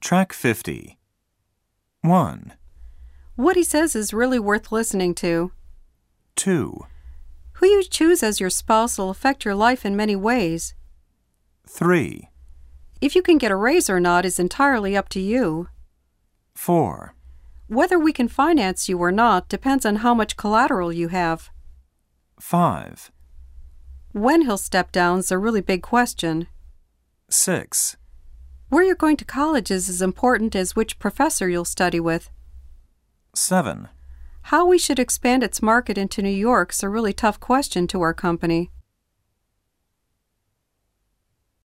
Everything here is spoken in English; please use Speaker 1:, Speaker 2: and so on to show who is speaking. Speaker 1: Track 50. 1,
Speaker 2: What he says is really worth listening to.
Speaker 1: 2,
Speaker 2: Who you choose as your spouse will affect your life in many ways.
Speaker 1: 3,
Speaker 2: If you can get a raise or not is entirely up to you.
Speaker 1: 4,
Speaker 2: Whether we can finance you or not depends on how much collateral you have.
Speaker 1: 5,
Speaker 2: When he'll step down is a really big question.
Speaker 1: 6,
Speaker 2: Where you're going to college is as important as which professor you'll study with.
Speaker 1: 7.
Speaker 2: How we should expand its market into New York is a really tough question to our company.